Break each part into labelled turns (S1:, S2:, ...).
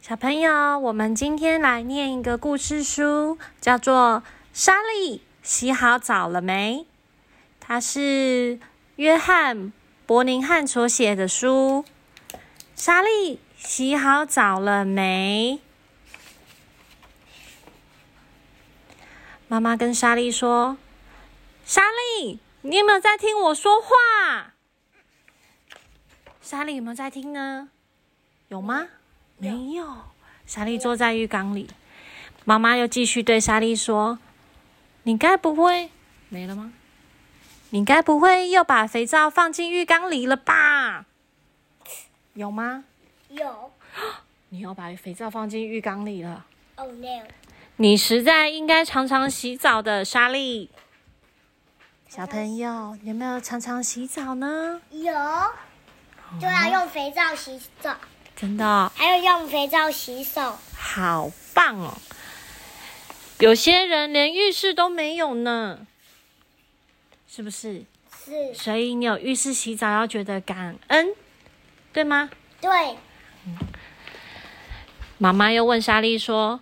S1: 小朋友，我们今天来念一个故事书，叫做《莎莉洗好澡了没》。它是约翰·伯宁汉所写的书。莎莉洗好澡了没？妈妈跟莎莉说：“莎莉，你有没有在听我说话？”莎莉有没有在听呢？有吗？没有。莎莉坐在浴缸里，妈妈又继续对莎莉说：“你该不会没了吗？你该不会又把肥皂放进浴缸里了吧？有吗？
S2: 有。
S1: 你又把肥皂放进浴缸里了。
S2: Oh no！
S1: 你实在应该常常洗澡的，莎莉。小朋友有没有常常洗澡呢？
S2: 有，就要用肥皂洗手，
S1: 真的哦、
S2: 还有用肥皂洗手。
S1: 好棒哦！有些人连浴室都没有呢，是不是？
S2: 是，
S1: 所以你有浴室洗澡要觉得感恩，对吗？
S2: 对，
S1: 妈妈又问莎莉说：“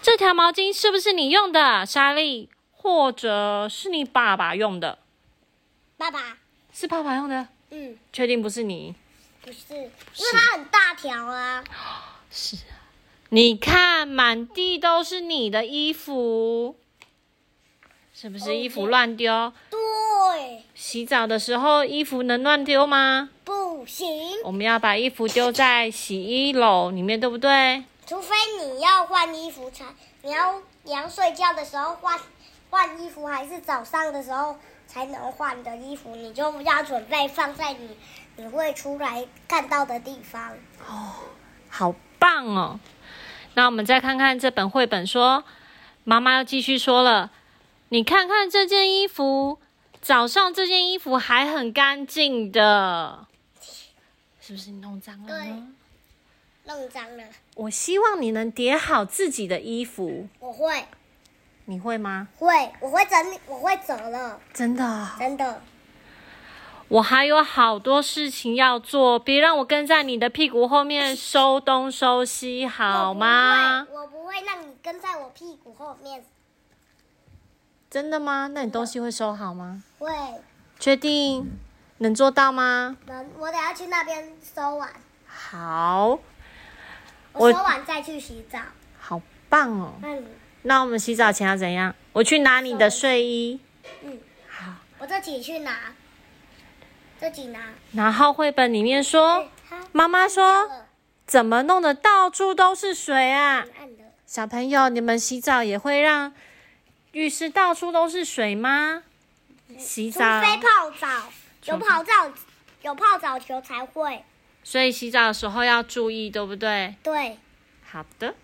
S1: 这条毛巾是不是你用的，莎莉？或者是你爸爸用的？
S2: 爸爸。
S1: 是爸爸用的？
S2: 嗯，
S1: 确定不是你？
S2: 不是，因为它很大条啊。
S1: 是啊。你看，满地都是你的衣服，是不是衣服乱丢？
S2: 对，
S1: 洗澡的时候衣服能乱丢吗？
S2: 不行，
S1: 我们要把衣服丢在洗衣篓里面，对不对？
S2: 除非你要换衣服才，你要你要睡觉的时候换换衣服，还是早上的时候才能换的衣服，你就要准备放在你你会出来看到的地方。
S1: 好棒哦！那我们再看看这本绘本说，妈妈又继续说了，你看看这件衣服，早上这件衣服还很干净的，是不是你弄脏了
S2: 对
S1: 呢？
S2: 弄脏了，
S1: 我希望你能叠好自己的衣服，
S2: 我会。
S1: 你会吗？
S2: 会，我会整理，我会走了，
S1: 真的哦、
S2: 真的。
S1: 我还有好多事情要做，别让我跟在你的屁股后面收东收西，好吗？
S2: 我不会，我不会让你跟在我屁股后面。
S1: 真的嗯吗？那你东西会收好吗？
S2: 会，
S1: 确定能做到吗？
S2: 能，我等下去那边收完，
S1: 好，我
S2: 我收完再去洗澡。嗯
S1: 好棒哦！
S2: 那你，
S1: 那我们洗澡前要怎样？我去拿你的睡衣，
S2: 嗯，
S1: 好，
S2: 我自己去拿，自己拿。
S1: 然后绘本里面说
S2: 哎，它
S1: 哦妈妈
S2: 掉
S1: 说
S2: 了
S1: 怎么弄得到处都是水啊？
S2: 很暗的，
S1: 小朋友，你们洗澡也会让浴室到处都是水吗？洗
S2: 除
S1: 澡，
S2: 非泡澡，有泡澡，有泡澡球才会。
S1: 所以洗澡的时候要注意，对不对？
S2: 对，
S1: 好的。